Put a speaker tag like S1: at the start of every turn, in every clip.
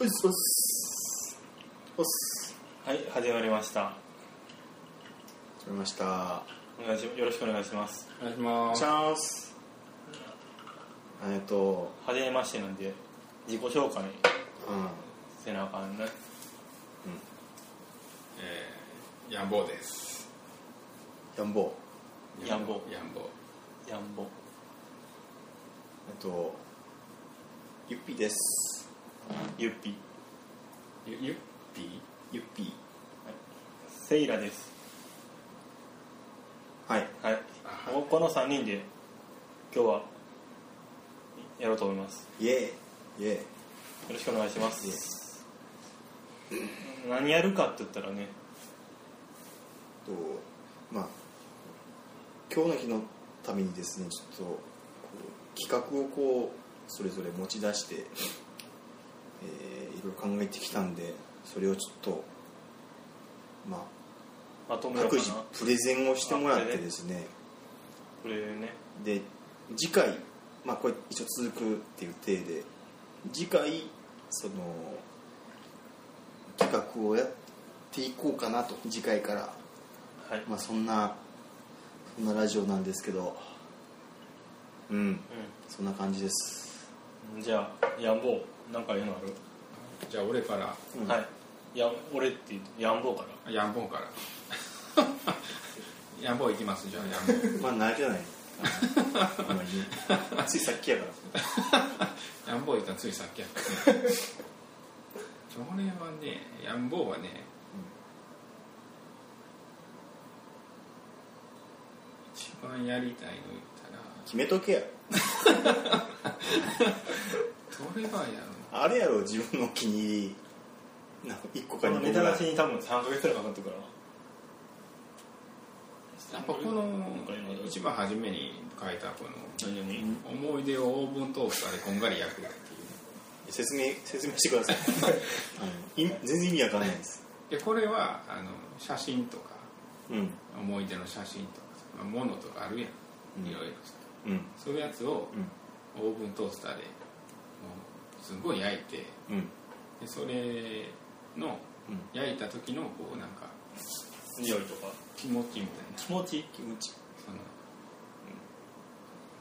S1: おっすおっすおっす
S2: はい始まりました
S1: 始めました
S2: お願いしよろしくお願いします
S3: お願いしま
S1: チ
S3: す
S1: ャンスえっと
S2: 初めましてなんで自己紹介
S1: うん
S2: せなあかんね
S3: えー、ヤンボーです
S1: やんぼ
S2: ヤンボー
S3: ヤンボー
S2: やんぼ
S1: えっとゆっぴです
S2: ゆっぴ
S3: ゆゆっぴ
S1: ゆっぴ
S2: セイラです
S1: はい
S2: はい
S3: あ
S2: ここの3人で今日はやろうと思います
S1: イエーイイエ
S2: よろしくお願いします何やるかって言ったらね
S1: ーとまあ今日の日のためにですねちょっとこう企画をこうそれぞれ持ち出して、えーいろいろ考えてきたんでそれをちょっとまあ
S2: まとめよう
S1: 各
S2: か
S1: 自
S2: な
S1: プレゼンをしてもらってですね
S2: これね
S1: で次回まあこれ一応続くっていう体で次回その企画をやっていこうかなと次回から
S2: はい、うん
S1: まあそんなそんなラジオなんですけどうんそんな感じです
S2: じゃあやんぼうなんか言うのある、
S3: じゃあ俺から
S1: うん
S2: はいやん俺って言ってやんぼうから
S3: あヤンボーから ヤンボーいきますじゃあヤンボー
S1: まあ慣れ てない あんまりねついさっきやから
S3: ヤンボーいったのついさっきやった 去年はねヤンボーはね、一番やりたいの言ったら
S1: 決めとけや
S3: どれがやる
S1: あれやろ自分のお気に入りなんか一個
S2: こ
S1: か
S2: の
S1: 二個
S2: ネ
S1: ぐ
S2: タ
S1: ら
S2: 出
S1: い
S2: しに多分3ヶ月くらいかかってるから
S3: のやっぱこの一番初めに書いたこの
S2: 何でもいい
S3: 思い出をオーブントースターでこんがり焼くっていう
S1: 説明説明してくだ さいあの意味全然意味わかんないです
S3: でこれはあの写真とか
S1: うん
S3: 思い出の写真とかさ、まあ、物とかあるやん
S1: うん
S3: いろいろ
S1: うん
S3: そういうやつを
S1: うん
S3: オーブントースターでもうすごい焼いて
S1: うん
S3: でそれの
S1: うん
S3: 焼いた時のこうなんか
S2: 匂いとか
S3: 気持ちみたいな
S2: 気持ちいい
S1: 気持ち
S3: その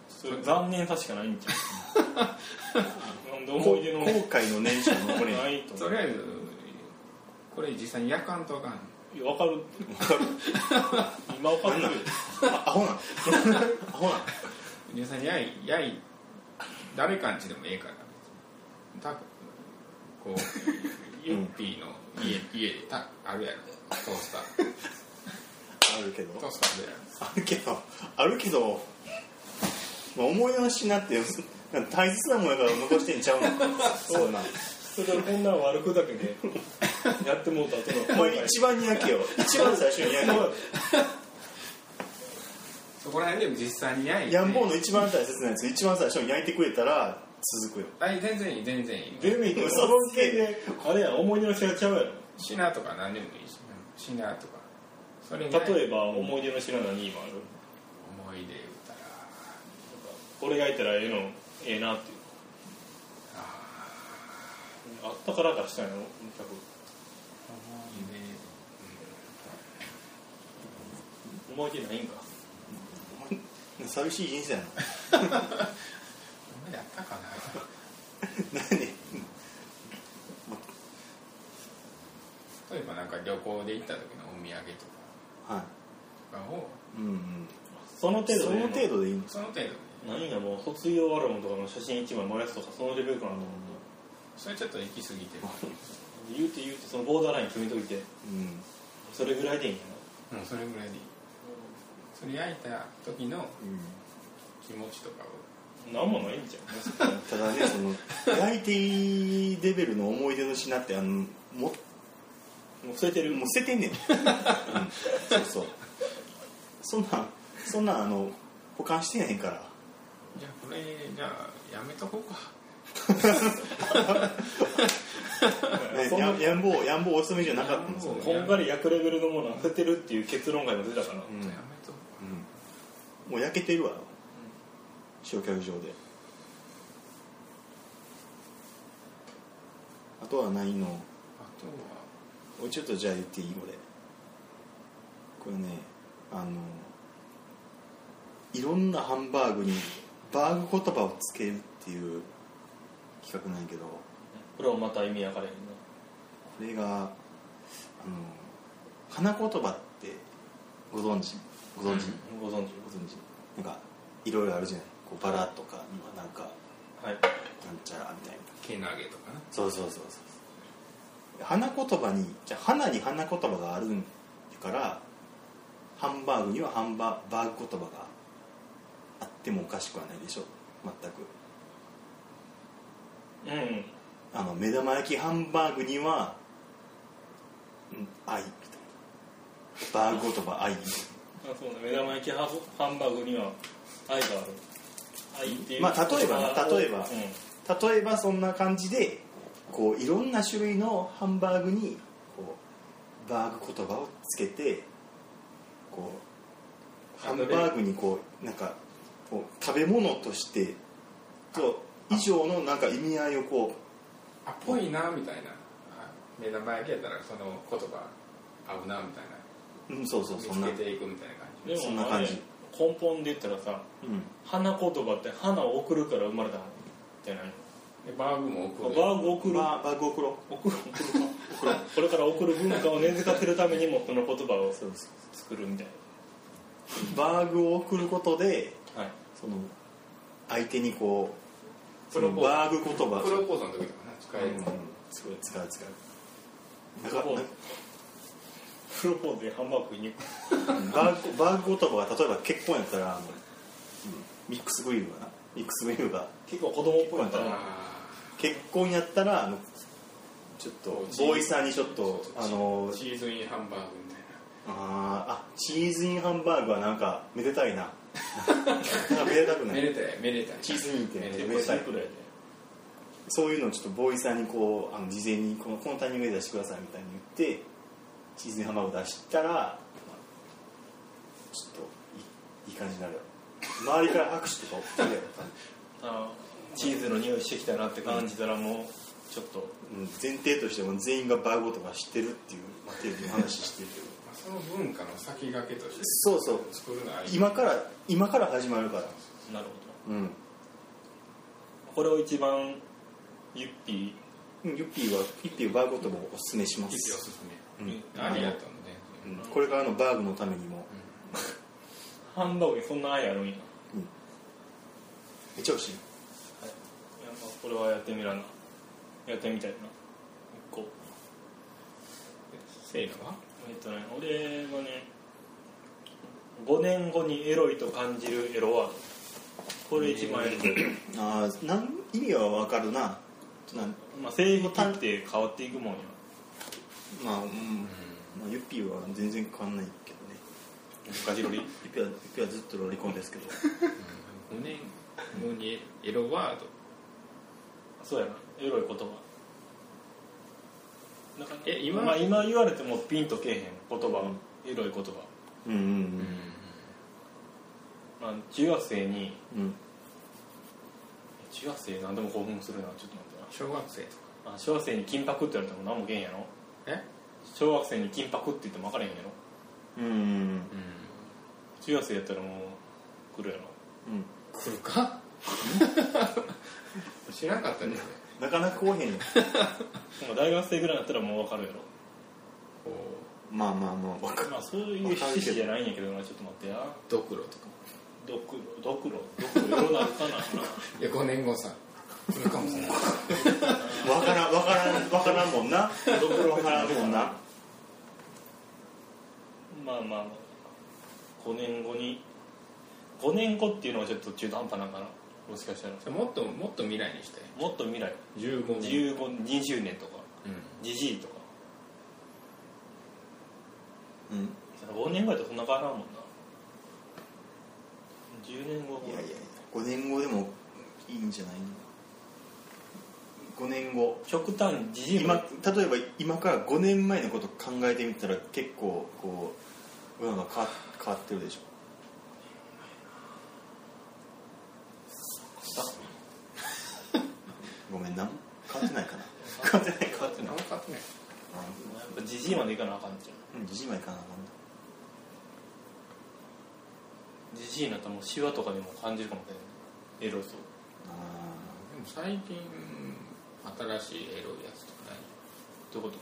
S2: それ残念さしかないんちゃうなんで思
S1: 後
S2: い出の
S1: 悔の念しか残 れん
S2: な
S1: わ
S2: いと思
S3: と
S2: う
S3: りあえずこれ実際に焼かんとあかん
S2: いやわかる
S1: かる
S2: 今わかる
S1: あアホなんアホなん
S3: 実際に焼い焼い誰かんちでもええからたこ うユッピーの家,、家でたあるやろトースター
S1: あるけど
S3: トースタ
S1: あ
S3: ーで
S1: るけどあるけど、まあ、思い出しになってなんか大切なものやから残してんちゃうのそんなん
S2: それからこんなん悪くだけでやってもうた後の
S1: お
S2: 後
S1: 前
S2: 悔
S1: 一番に焼けよ一番最初に焼けよ
S3: そこら辺でも実際に焼いて
S1: ヤンボーの一番大切なやつ一番最初に焼いてくれたら続くよ
S3: あ全然いい全然いい
S2: デミ君その時点であれや思い出の品ちゃうやろ
S3: シナとか何でもいいしシナとかそれに
S2: 例えば
S3: 思
S2: 思い出の品何今ある
S3: い出言ったら
S2: 俺がいたらええのええなっていうあったからかしたんやろ全く
S3: 思い
S2: 思い出ないんか
S1: 寂しい人生やな
S3: 出俺やったかな
S1: 何
S3: 例えばなんか旅行で行った時のお土産と
S1: は
S3: かを
S1: いうんうん
S2: その程度
S1: そ
S2: でええ
S1: の
S2: の
S1: 程度でいいんです
S3: その程度で
S2: 何がもう卒業アルバムとかの写真一枚漏らすとかそのレベルかなと思う
S3: それちょっと行き過ぎてる
S2: 言うて言うてそのボーダーライン決めといて
S1: うん
S2: それぐらいでいいんや
S3: うん、それぐらいでいいそれ焼いた時の
S1: う
S3: 気持ちとかを
S2: な何もない んじゃん
S1: ん、ただねその焼いていいレベルの思い出の品ってあのも
S2: もう捨ててる
S1: もう捨ててんねん、うんそうそうそんなんそんなんあの保管してへんから
S3: じゃあこれじゃあやめとこうか
S1: ね
S2: そんな
S1: ややんぼうやんぼうおすすめじゃなかったんですよ
S3: やんぼう
S2: こんがり焼くレベルのものは捨ててるっていう結論が今出たから
S1: うん
S3: やめとこう
S1: うんもう焼けてるわ焼却場であとはないの
S3: あとは
S1: おいちょっとじゃあ言っていい俺これねあのいろんなハンバーグにバーグ言葉をつけるっていう企画なんやけど
S2: これはまた意味分かれへんな
S1: これがあの花言葉ってご存知ご存知、
S3: うん
S2: ご存知
S1: ご存知なんかいろいろあるじゃないこうバラとかにはなんか
S2: はい
S1: なんちゃらみたいな
S3: けなげとかな
S1: そうそうそうそう花言葉にじゃあ花に花言葉があるんだからハンバーグにはハンババーグ言葉があってもおかしくはないでしょ全く
S2: うん
S1: あの目玉焼きハンバーグには「うん、愛」みたいなバーグ言葉「愛」
S2: あそうね目玉焼きハハンバーグには愛がある愛っていう
S1: まあ例えばね
S2: 言葉を
S1: 例えば
S2: うん
S1: 例えばそんな感じでこういろんな種類のハンバーグにこうバーグ言葉をつけてこうハンバーグにこうなんかこう食べ物としてと以上のなんか意味合いをこ
S3: あっぽいなみたいなあ目玉焼きやったらその言葉合うなみたいな
S1: う、うん、そうそう
S3: 見
S1: そんな、
S3: つ
S1: う
S3: けていくみたいな感じ
S2: でも
S1: そんな感じ
S2: あれ根本で言ったらさ
S1: ん、
S2: 花言葉って花を送るから生まれたじゃない
S3: でバーグも
S2: バ
S3: 送る
S2: ーグを送る
S1: バーバーグ送ろ
S2: 送る送るかこれから送る文化を根付かせるためにもこの言葉を
S1: うそうそ
S2: 作るみたいう
S1: バーグを送ることで
S2: なはい
S1: その相手にこうそ
S3: プロ
S1: の
S3: ポーズ
S1: バーグ言葉
S3: プロポーズの時とかな使える
S1: うん
S3: の
S1: すごい使う使う
S2: プロポーズプロポーズでハンバーグに
S1: バーグバーグ言葉が例えば結婚やったらあの、うんミックスグリルがなミックスグリルが
S2: 結構子供っぽいんだな
S3: あ
S1: 結婚やったらあのちょっとボーイさんにちょっと
S3: そう
S1: あの
S3: ーチーズインハンバーグみたいな
S1: あーあチーズインハンバーグはなんかめでたいななんかめでたくな
S3: め
S1: い
S3: でたいめでたい
S1: チーズインって
S3: めで
S2: 結
S3: たい
S2: 構シンプルやで
S1: そういうのをちょっとボーイさんにこうあの事前にこのこのタイミングで出してくださいみたいに言ってチーズインハンバーグ出したらまあちょっといいいい感じになるよ周りから拍手とか起きてるやろ多分
S2: あーチーズの匂いしてきたなって感じたらもうちょっと
S1: うん前提としても全員がバーゴとか知ってるっていう、まあ、テレビの話してるけど
S3: まあその文化の先駆けとして
S1: そうそう
S3: 作るのはいい
S1: 今から今から始まるから
S2: なるほ
S1: うん
S2: どこれを一番ユッピ
S1: うんユッピーはユッピーはバーゴともおすすめしま
S3: いいっすよお
S1: す
S3: すす
S1: う
S2: ー
S1: ん
S2: に
S3: めありがとうね
S1: うんこれからのバーグのためにも
S2: ハンバーグにそんな愛あるんやいや
S1: めっちゃ美味しい
S2: まあこれはやってみらなやってみたいな一個
S3: せいのは
S2: えっとね俺はね5年後にエロいと感じるエロワードこれ一番エロい
S1: あーなん意味はわかるななん
S2: まあ性癖って変わっていくもんや
S1: まあ、うんまあ、ユッピーは全然変わんないけどね
S2: ガジロリ
S1: ユッピーはユッピーはずっとロリコンですけ ど
S3: 5年後にエロワード
S2: そうやなエロい言葉なんか
S3: え今
S2: まあ、今言われてもピンとけえへん言葉は、エロい言葉、
S1: うんうん
S2: まあ、中学生に
S1: うんうん
S2: 中学生何でも興奮するなちょっと待ってな
S3: 小学生とか
S2: あ小学生に金箔って言われても何もけえへんやろ
S3: え
S2: 小学生に金箔って言っても分からへんやろ
S1: うんうん
S2: 中学生やったらもう来るやろ
S1: うん
S3: 来るか知らんかったね
S1: なかなかこうへんよ
S2: まあ大学生ぐらいだったらもう分かるやろ
S3: こ
S1: まあまあまあわか
S2: まあそういう趣旨じゃないんやけどなちょっと待ってや
S3: うドクロとか
S2: ドクロドクロドクロ世の中ない
S3: や5年後さ来るかもしれない
S1: わからんわからんわからんもんなどころわからんもんな
S2: まあまあ5年後に5年後っていうのはちょっと中途半端なんかなもしかしたら
S3: もっともっと未来にして
S2: もっと未来
S3: 15年
S2: 1520年とかじじいとか
S1: うん
S2: 5年ぐらいとそんな変わらんもんな10年後
S1: いやいやいや5年後でもいいんじゃないの5年後
S2: 極端じじい
S1: 今例えば今から5年前のこと考えてみたら結構こう世の中変わ変わってるでしょごめんな変わってないかな変わってない変わっ
S3: くない
S2: やっぱじじいまでいかなあかんじゃ ん
S1: うん自信はいかなあかんな
S2: じじいになったらもうシワとかでも感じるかもしれないエロそう
S1: あ
S3: でも最近新しいエロいやつとかない
S2: どういうこ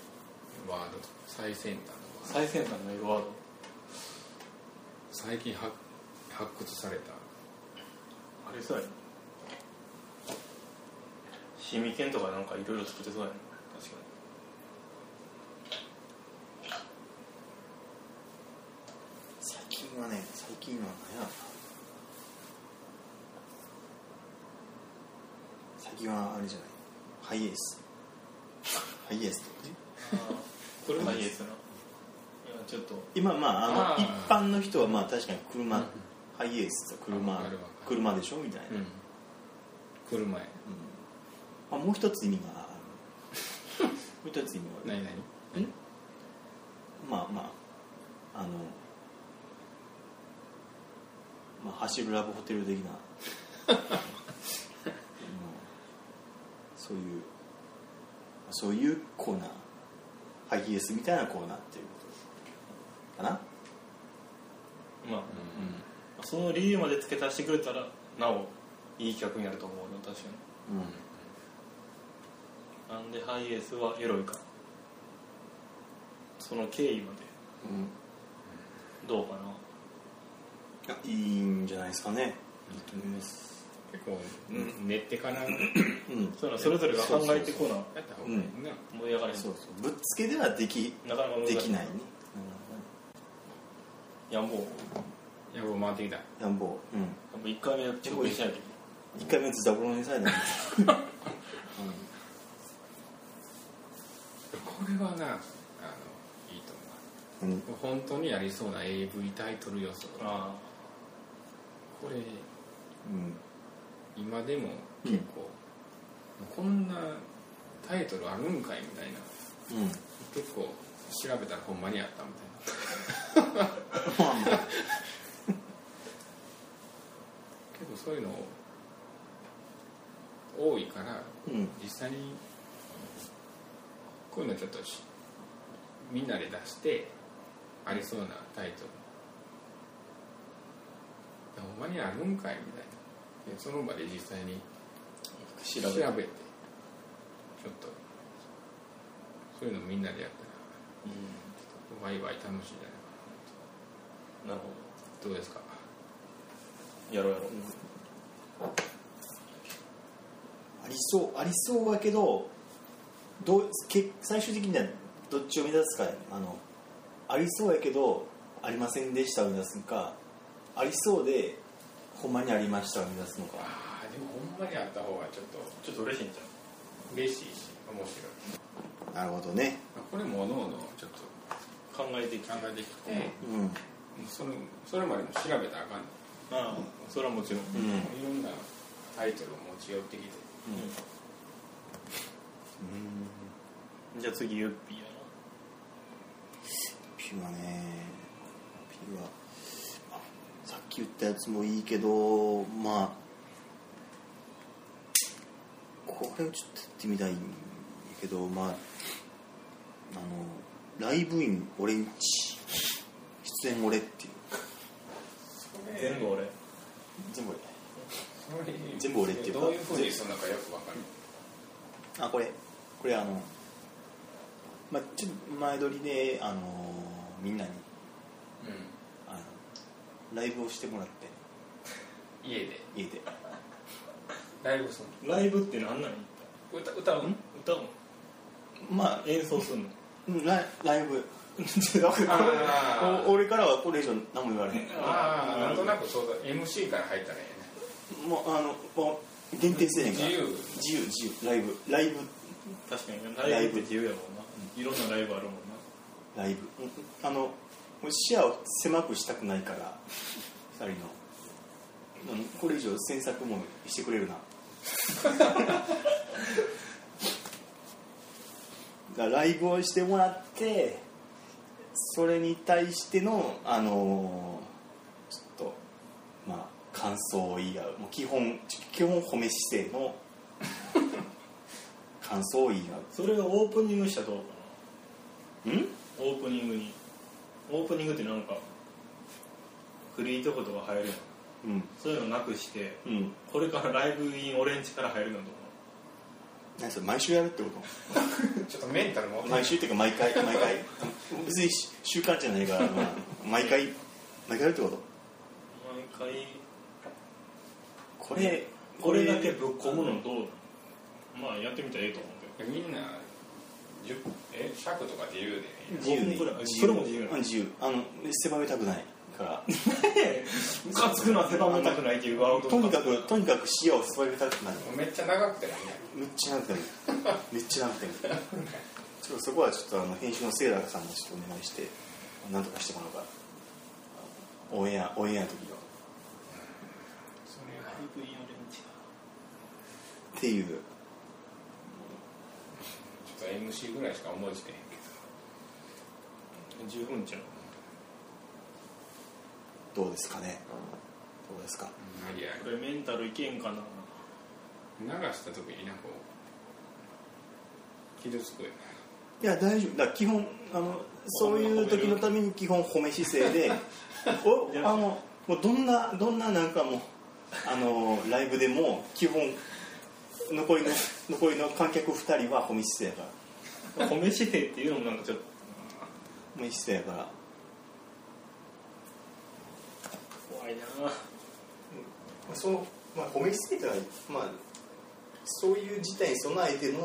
S2: と
S3: ワード最先端のワード
S2: 最先端のエロワード
S3: 最近発発掘された
S2: あれそうやねシミケンとかなんかいろいろ作ってそうやね確か
S1: 最近はね最近は何やろな最近はあれじゃないハイエースハイエースって
S2: に車いいやつなちょっと
S1: 今まああの
S3: あー
S1: 一般の人はまあ確かに車、
S3: うん
S1: ハイエースって車
S3: わかるわかる
S1: 車でしょみたいな、
S3: うん車や
S1: まあ、もう一つ意味があ るもう一つ意味がある
S3: 何何
S1: まあまああのまあ走るラブホテル的なうんそういうそういうコーナーハイエースみたいなコーナーっていうことかな
S2: まあその理由まで付け足してくれたらなおいい客になると思うの確か
S1: う
S2: になんでハイエースはエロいかその経緯ま
S1: ん、
S2: で
S1: うん、
S2: どうかな
S1: や
S2: い
S1: いいんじゃないですかねいいと思います
S3: 結構練ってからや
S1: うん
S2: そういうのそれぞれが考えてこうな
S3: った方がいいね
S2: 盛り上がれへん
S1: そうそうぶっつけではでき
S2: なかなか難し
S1: で
S2: い
S1: きないね、
S2: いやもうや
S3: やばい回ってきた
S1: うん、乱暴うん
S2: っぱ1回目は中継しないと
S1: 一回目ずつダブルにされ たんです、うん
S3: これはなあのいいと
S1: うん
S3: 思う本当にやりそうな AV タイトル予想こ
S2: あ
S3: れ
S1: うん
S3: 今でも結構、こんなタイトルあるんかいみたいな
S1: うん
S3: 結構調べたらほんまにあったみたいな結構そういうの多いから
S1: うん
S3: 実際にこういうのちょっとしみんなで出してありそうなタイトルほんまにあるんかいみたいなでその場で実際に
S2: あ
S3: 調べてちょっとそういうのみんなでやったら
S2: う
S3: ワイワイ楽しいんじゃない
S2: んなるほ
S3: かどうですか
S2: どやろうやろう
S1: ありそうありそうだけどどうけ最終的にはどっちを目指すかやねあのありそうやけどありませんでしたを目指すのかありそうでほんまにありましたを目指すのか
S3: ああでもほんまにあった方がちょっと
S2: ちょっと嬉しいんじゃん
S3: 嬉しいし面白い
S1: なるほどね
S3: これもおのおのちょっと
S2: 考えてきて
S3: 考
S2: あ
S3: えてきて
S1: うんうん
S3: それそれまでも調べたらあかんね
S2: あそれはもちろん
S1: うん
S3: んいろんなタイトルを持ち寄ってきて
S2: じゃあ次ユッピーや
S1: ピュアねピュアあさっき言ったやつもいいけどまあこれをちょっとやってみたいんやけどまああのライブイン俺んち出演俺っていう
S2: な全部俺
S1: 全部俺全
S3: 全
S1: 部
S3: 部
S1: 俺
S3: 俺
S1: っ
S3: っ
S1: い
S3: てて
S1: うか
S3: どういうふうにそのかよくわかる
S1: あこれこれあの、まあ、ちょっと前撮りであのみんなに
S3: う
S1: あのライブをしてもらって
S3: ん家で
S1: 家で
S3: ライブする
S2: ライブって何なん
S3: 歌歌うん
S2: 歌うの
S1: まあ
S2: 演奏すんの
S1: うんライライブ だからこれ
S3: あー
S1: お俺からはこれ以上何も言われへん
S3: ああなんとなくそうだ MC から入ったらえ
S1: もうあのもう限定せえ
S3: え
S1: へ
S3: ね
S1: んから
S3: 自由
S1: 自由自由ライブライブ
S2: 確かにライブって自由やもんないろんなライブあるもんな
S1: ライブうんあのもう視野を狭くしたくないから2人のうんこれ以上詮索もしてくれるなだからライブをしてもらってそれに対してのあのーちょっとまあ感想を言い合うもう基本基本褒め姿勢の感想言いが
S2: それをオープニングしたらどうか
S1: うん
S2: なオープニングにオープニングってなんかクリート言葉入るの
S1: うん
S2: そういうのなくして
S1: うん
S2: これからライブインオレンジから入るのとか
S1: 何それ毎週やるってこ
S3: ちょっとメンタルも
S1: と毎週っていうか毎回毎回別に習慣じゃないから、まあ、毎回毎回やるってこと
S2: 毎回
S1: こ
S2: これこれだけぶっ込むのどうなのまあやってみたらいいと思う
S3: みんな10え尺とか自由で
S1: 自由
S2: 5分
S1: に
S2: くらいそれも自由
S1: うん自由あの狭めたくないから
S2: けどムカつくな狭めたくないっていうワード
S1: とにかくとにかく視野を狭めたくない
S3: めっちゃ長くてもいい
S1: めっちゃ長くてもいいめっちゃ長くてもいいちょっとそこはちょっとあの編集のセーラーさんにちょっとお願いしてなんとかしてもらおうかオンエアオンエアの時は
S2: それライブインオレンジか
S1: っていう
S3: ちょっと MC ぐらいしか思いつけへんけ
S2: 十分じゃん
S1: どうですかねどうですか
S3: どありあ
S2: これメンタルいけんかな
S3: り流した時になんかこう傷つくよ
S1: いや大丈夫だから基本あのそういう時のために基本褒め姿勢 でおあのもうどんなどんななんかもうあのライブでも基本残りの残りの観客2人は褒め姿勢やから
S2: 褒め姿勢っていうのもなんかちょっと
S1: 褒め姿勢やから
S2: 怖いな
S1: その、まあ、褒め姿勢とは、まあ、そういう事態に備えての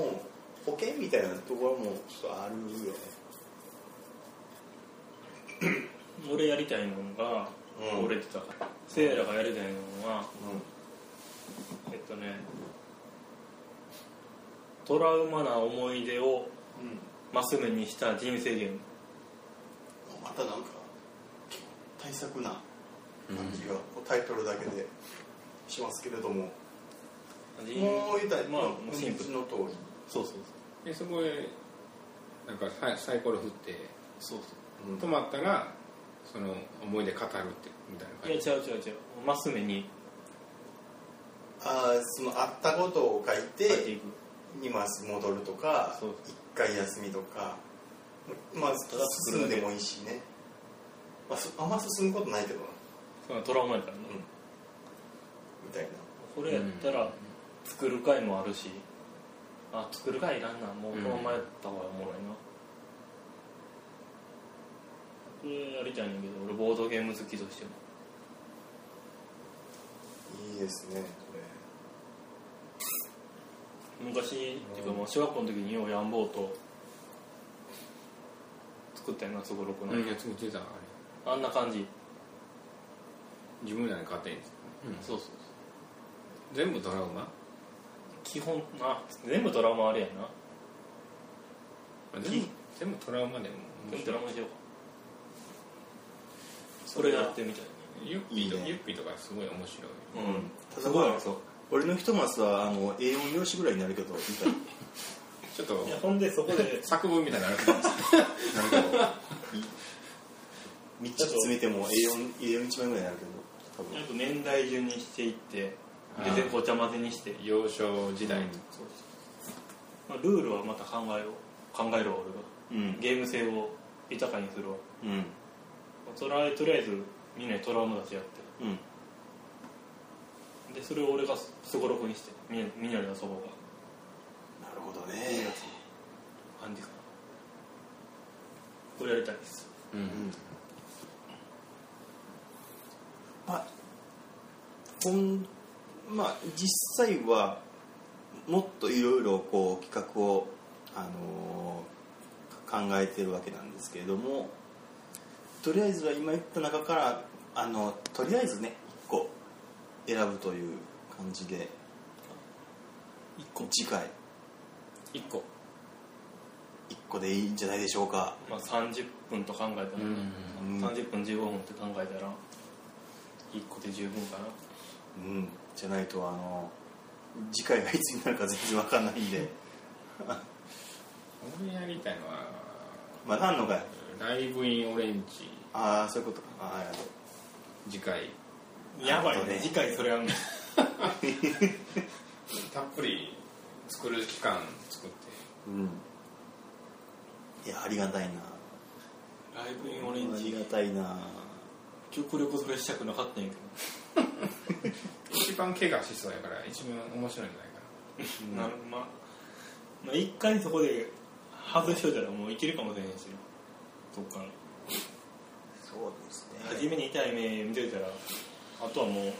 S1: 保険みたいなところもちょっとあるよね
S2: 俺やりたいのが
S1: うん
S2: 折れてたから、セーラがやりたいのはえっとねトラウマな思い出を
S1: うん、うん、
S2: マス目にした人生ゲーム
S1: またなんか対策な感じが、タイトルだけでしますけれども、
S2: 人
S1: もう言いたい
S2: まあ
S1: も
S2: も
S1: う
S2: うシンプル
S1: の通り
S2: そうそう
S3: でそこへなんかサイサイコロ振って
S2: そうそ
S1: う
S2: う
S1: ん
S3: 止まったらその思い出語るってみたいな感
S2: いや
S3: じ
S2: 違う違う違うマス目に
S1: あーそのあったことを書い
S2: 書いて
S1: て
S2: いく
S1: 2マス戻るとか
S2: そう
S1: 1回休みとかまあ進んでもいいしね、まあ、そあんま進むことないけどな
S2: そうトラウマやからね、
S1: うんみたいな
S2: これやったら作る会もあるしあ作る会いらんなもうこのままやった方がおもろいな、これやりたいねんけど俺ボードゲーム好きとしても
S1: いいですねこ
S2: 昔っていうかもう小学校の時にようやんぼうと作ったよなすごろくの、
S3: うんいやつも出たあれ
S2: あんな感じ
S3: 自分らに勝手に、
S2: そうそうそう
S3: 全部トラウマ
S2: 基本な全部ドラマあれやな
S3: まあ全部全部トラウマでも
S2: 全部ドラマにしようかそ
S1: れ
S2: れ
S1: は
S2: やってみたい
S3: ユッピーと
S1: いいね
S3: ユッピーとかすごい面白い
S2: ね
S1: れただまあそう俺の一マスはあの A4 用紙ぐらいになるけどみたいな
S3: ちょっ と
S2: いやほんでそこで
S3: 作文みたいになるから
S1: なんか3つ詰めても A4, A4 枚ぐらいになるけど多分
S2: あと年代順にしていってで
S3: あ ー
S2: 全部お茶混ぜにして
S3: 幼少時代
S2: そうまあ、ルールはまた考えよう考えるわ
S1: う
S2: 俺が
S1: ん
S2: ゲーム性を豊かにするわ
S1: うん
S2: まあとりあえずとりあえずみんなにトラウマ出しやって
S1: うん
S2: でそれを俺がすすごろくにしてみんなみんなで遊ぼうが
S1: なるほどね
S2: アンディさんこれやりたいです
S3: う
S1: うんんまあほんまあ実際はもっといろいろこう企画を、あのー考えてるわけなんですけれどもとりあえずは今言った中からあのとりあえずね1個選ぶという感じで1個次回
S2: 1個、
S1: 1個でいいんじゃないでしょうか
S2: まあ、30分と考えたら、ね
S1: うん
S2: 30分15分って考えたら1個で十分かな
S1: うん、じゃないとあの次回がいつになるか全然わかんないんで
S3: 俺やりたいのは
S1: まだあんのかい
S3: ライブインオレンジ
S1: ああそういうことかあーありがとう
S3: 次回
S2: やばい
S1: あと
S2: ね
S1: ね
S2: 次回それやんの
S3: たっぷり作る期間作って
S1: うんいやありがたいな
S2: ライブインオレン
S1: あり
S2: ジ
S1: がたいな
S2: 極力それしたくなかったんやけ
S3: 一番怪我しそうやから一番面白いんじゃな
S2: ど、な
S3: いか
S2: まあまあ一回そこで外しといたらもういけるかもしれへんしどっから
S1: そうです
S2: 初めに痛い目見ていたらあとはもうは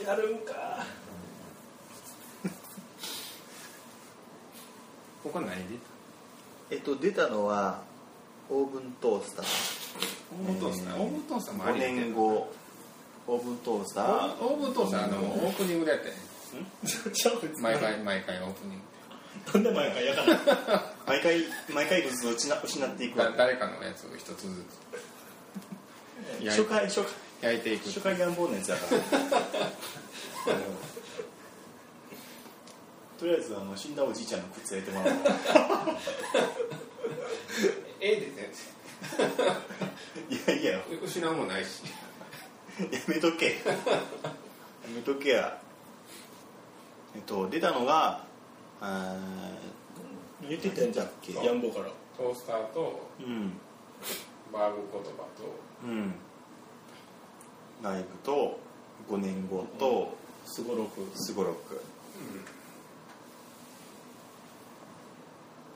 S2: ぁやるんか
S3: な他何で
S1: えっと出たのはオーブントースター
S3: オーブントースター、
S1: えー
S3: オーブントースターもあ
S1: 5
S3: りやって
S1: 年後オーブントースタ
S3: オ
S1: ー
S3: ーブントースターあのオープニングでやって
S2: ちょっと
S3: 毎回毎回オープニング
S2: なんで前からやからな
S1: 毎回毎回ずつ失失っていくわ
S3: だ
S1: け
S3: 誰かのやつを一つずつ焼
S1: 初
S3: い
S1: 回初回
S3: 焼いていく
S1: 初回願望のやつだからうん とりあえずあの死んだおじいちゃんの靴やってもらおう
S3: ええで全
S1: いやいやや
S3: 然失うもんないし
S1: めとけやめとけやえっと出たのがあ
S2: 言ってたやんじゃん
S1: け
S2: やんぼから
S3: トースターと
S1: ーうん
S3: バーグ言葉と
S1: うんライブと5年後と
S2: すごろく
S1: すごろく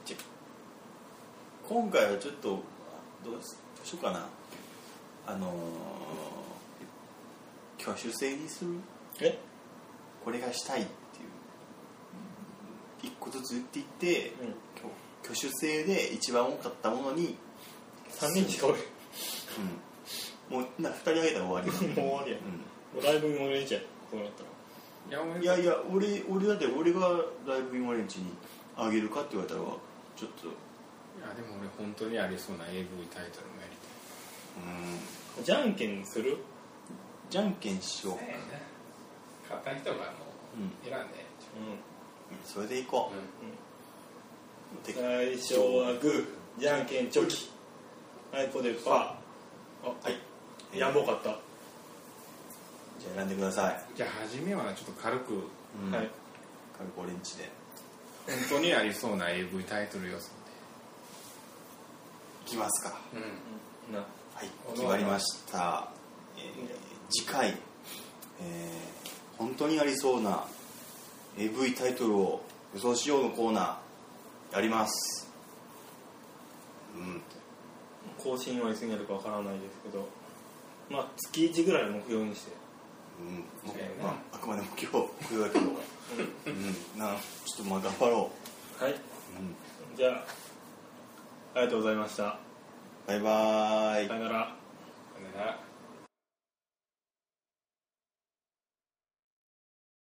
S1: ちょ今回はちょっとどうしどうしようかなあのー、挙手制にする
S2: え
S1: これがしたいっていう一個ずつ言っていって
S2: うん
S1: 挙手制で一番多かったものに、
S2: 3人しかおれ
S1: うん、もうな2人あげたら終わりだ
S2: ん もう終わりやんライブインオレンジやこうなったら
S3: いやおめ
S1: うん
S3: で
S1: い
S3: とう
S1: やいや俺俺だって俺がライブインオレンジにあげるかって言われたらちょっとう
S3: いやでも俺本当にありそうな AV タイトルもやり
S1: ん
S2: じゃんけんする
S1: じゃんけんしよう
S3: たい買った人がもう選んで
S2: う
S1: それでいこう、て
S2: ん最初はグーじゃんけんチョキはいここでパーあはいやんぼかった、
S1: じゃあ選んでください、
S3: じゃあ初めはちょっと軽く本
S1: うん
S2: はい
S1: 軽くオレンジで
S3: 当にありそうな AV タイトル予想
S1: いきますか
S3: でうん
S2: な
S1: はい
S3: おのおの
S1: 決まりました、えー次回、えー本当にありそうな AV タイトルを予想しようのコーナーやりますうん
S2: 更新はいつになるかわからないですけどまあ月1ぐらいを目標にして
S1: うん、
S3: そうやな
S1: まあ、あくまでも今日これだけ ど、うん、なちょっとまあ頑張ろ
S2: はい、
S1: う、うん、
S2: じゃあありがとうございました
S1: バイバーイ
S2: さよなら
S3: だから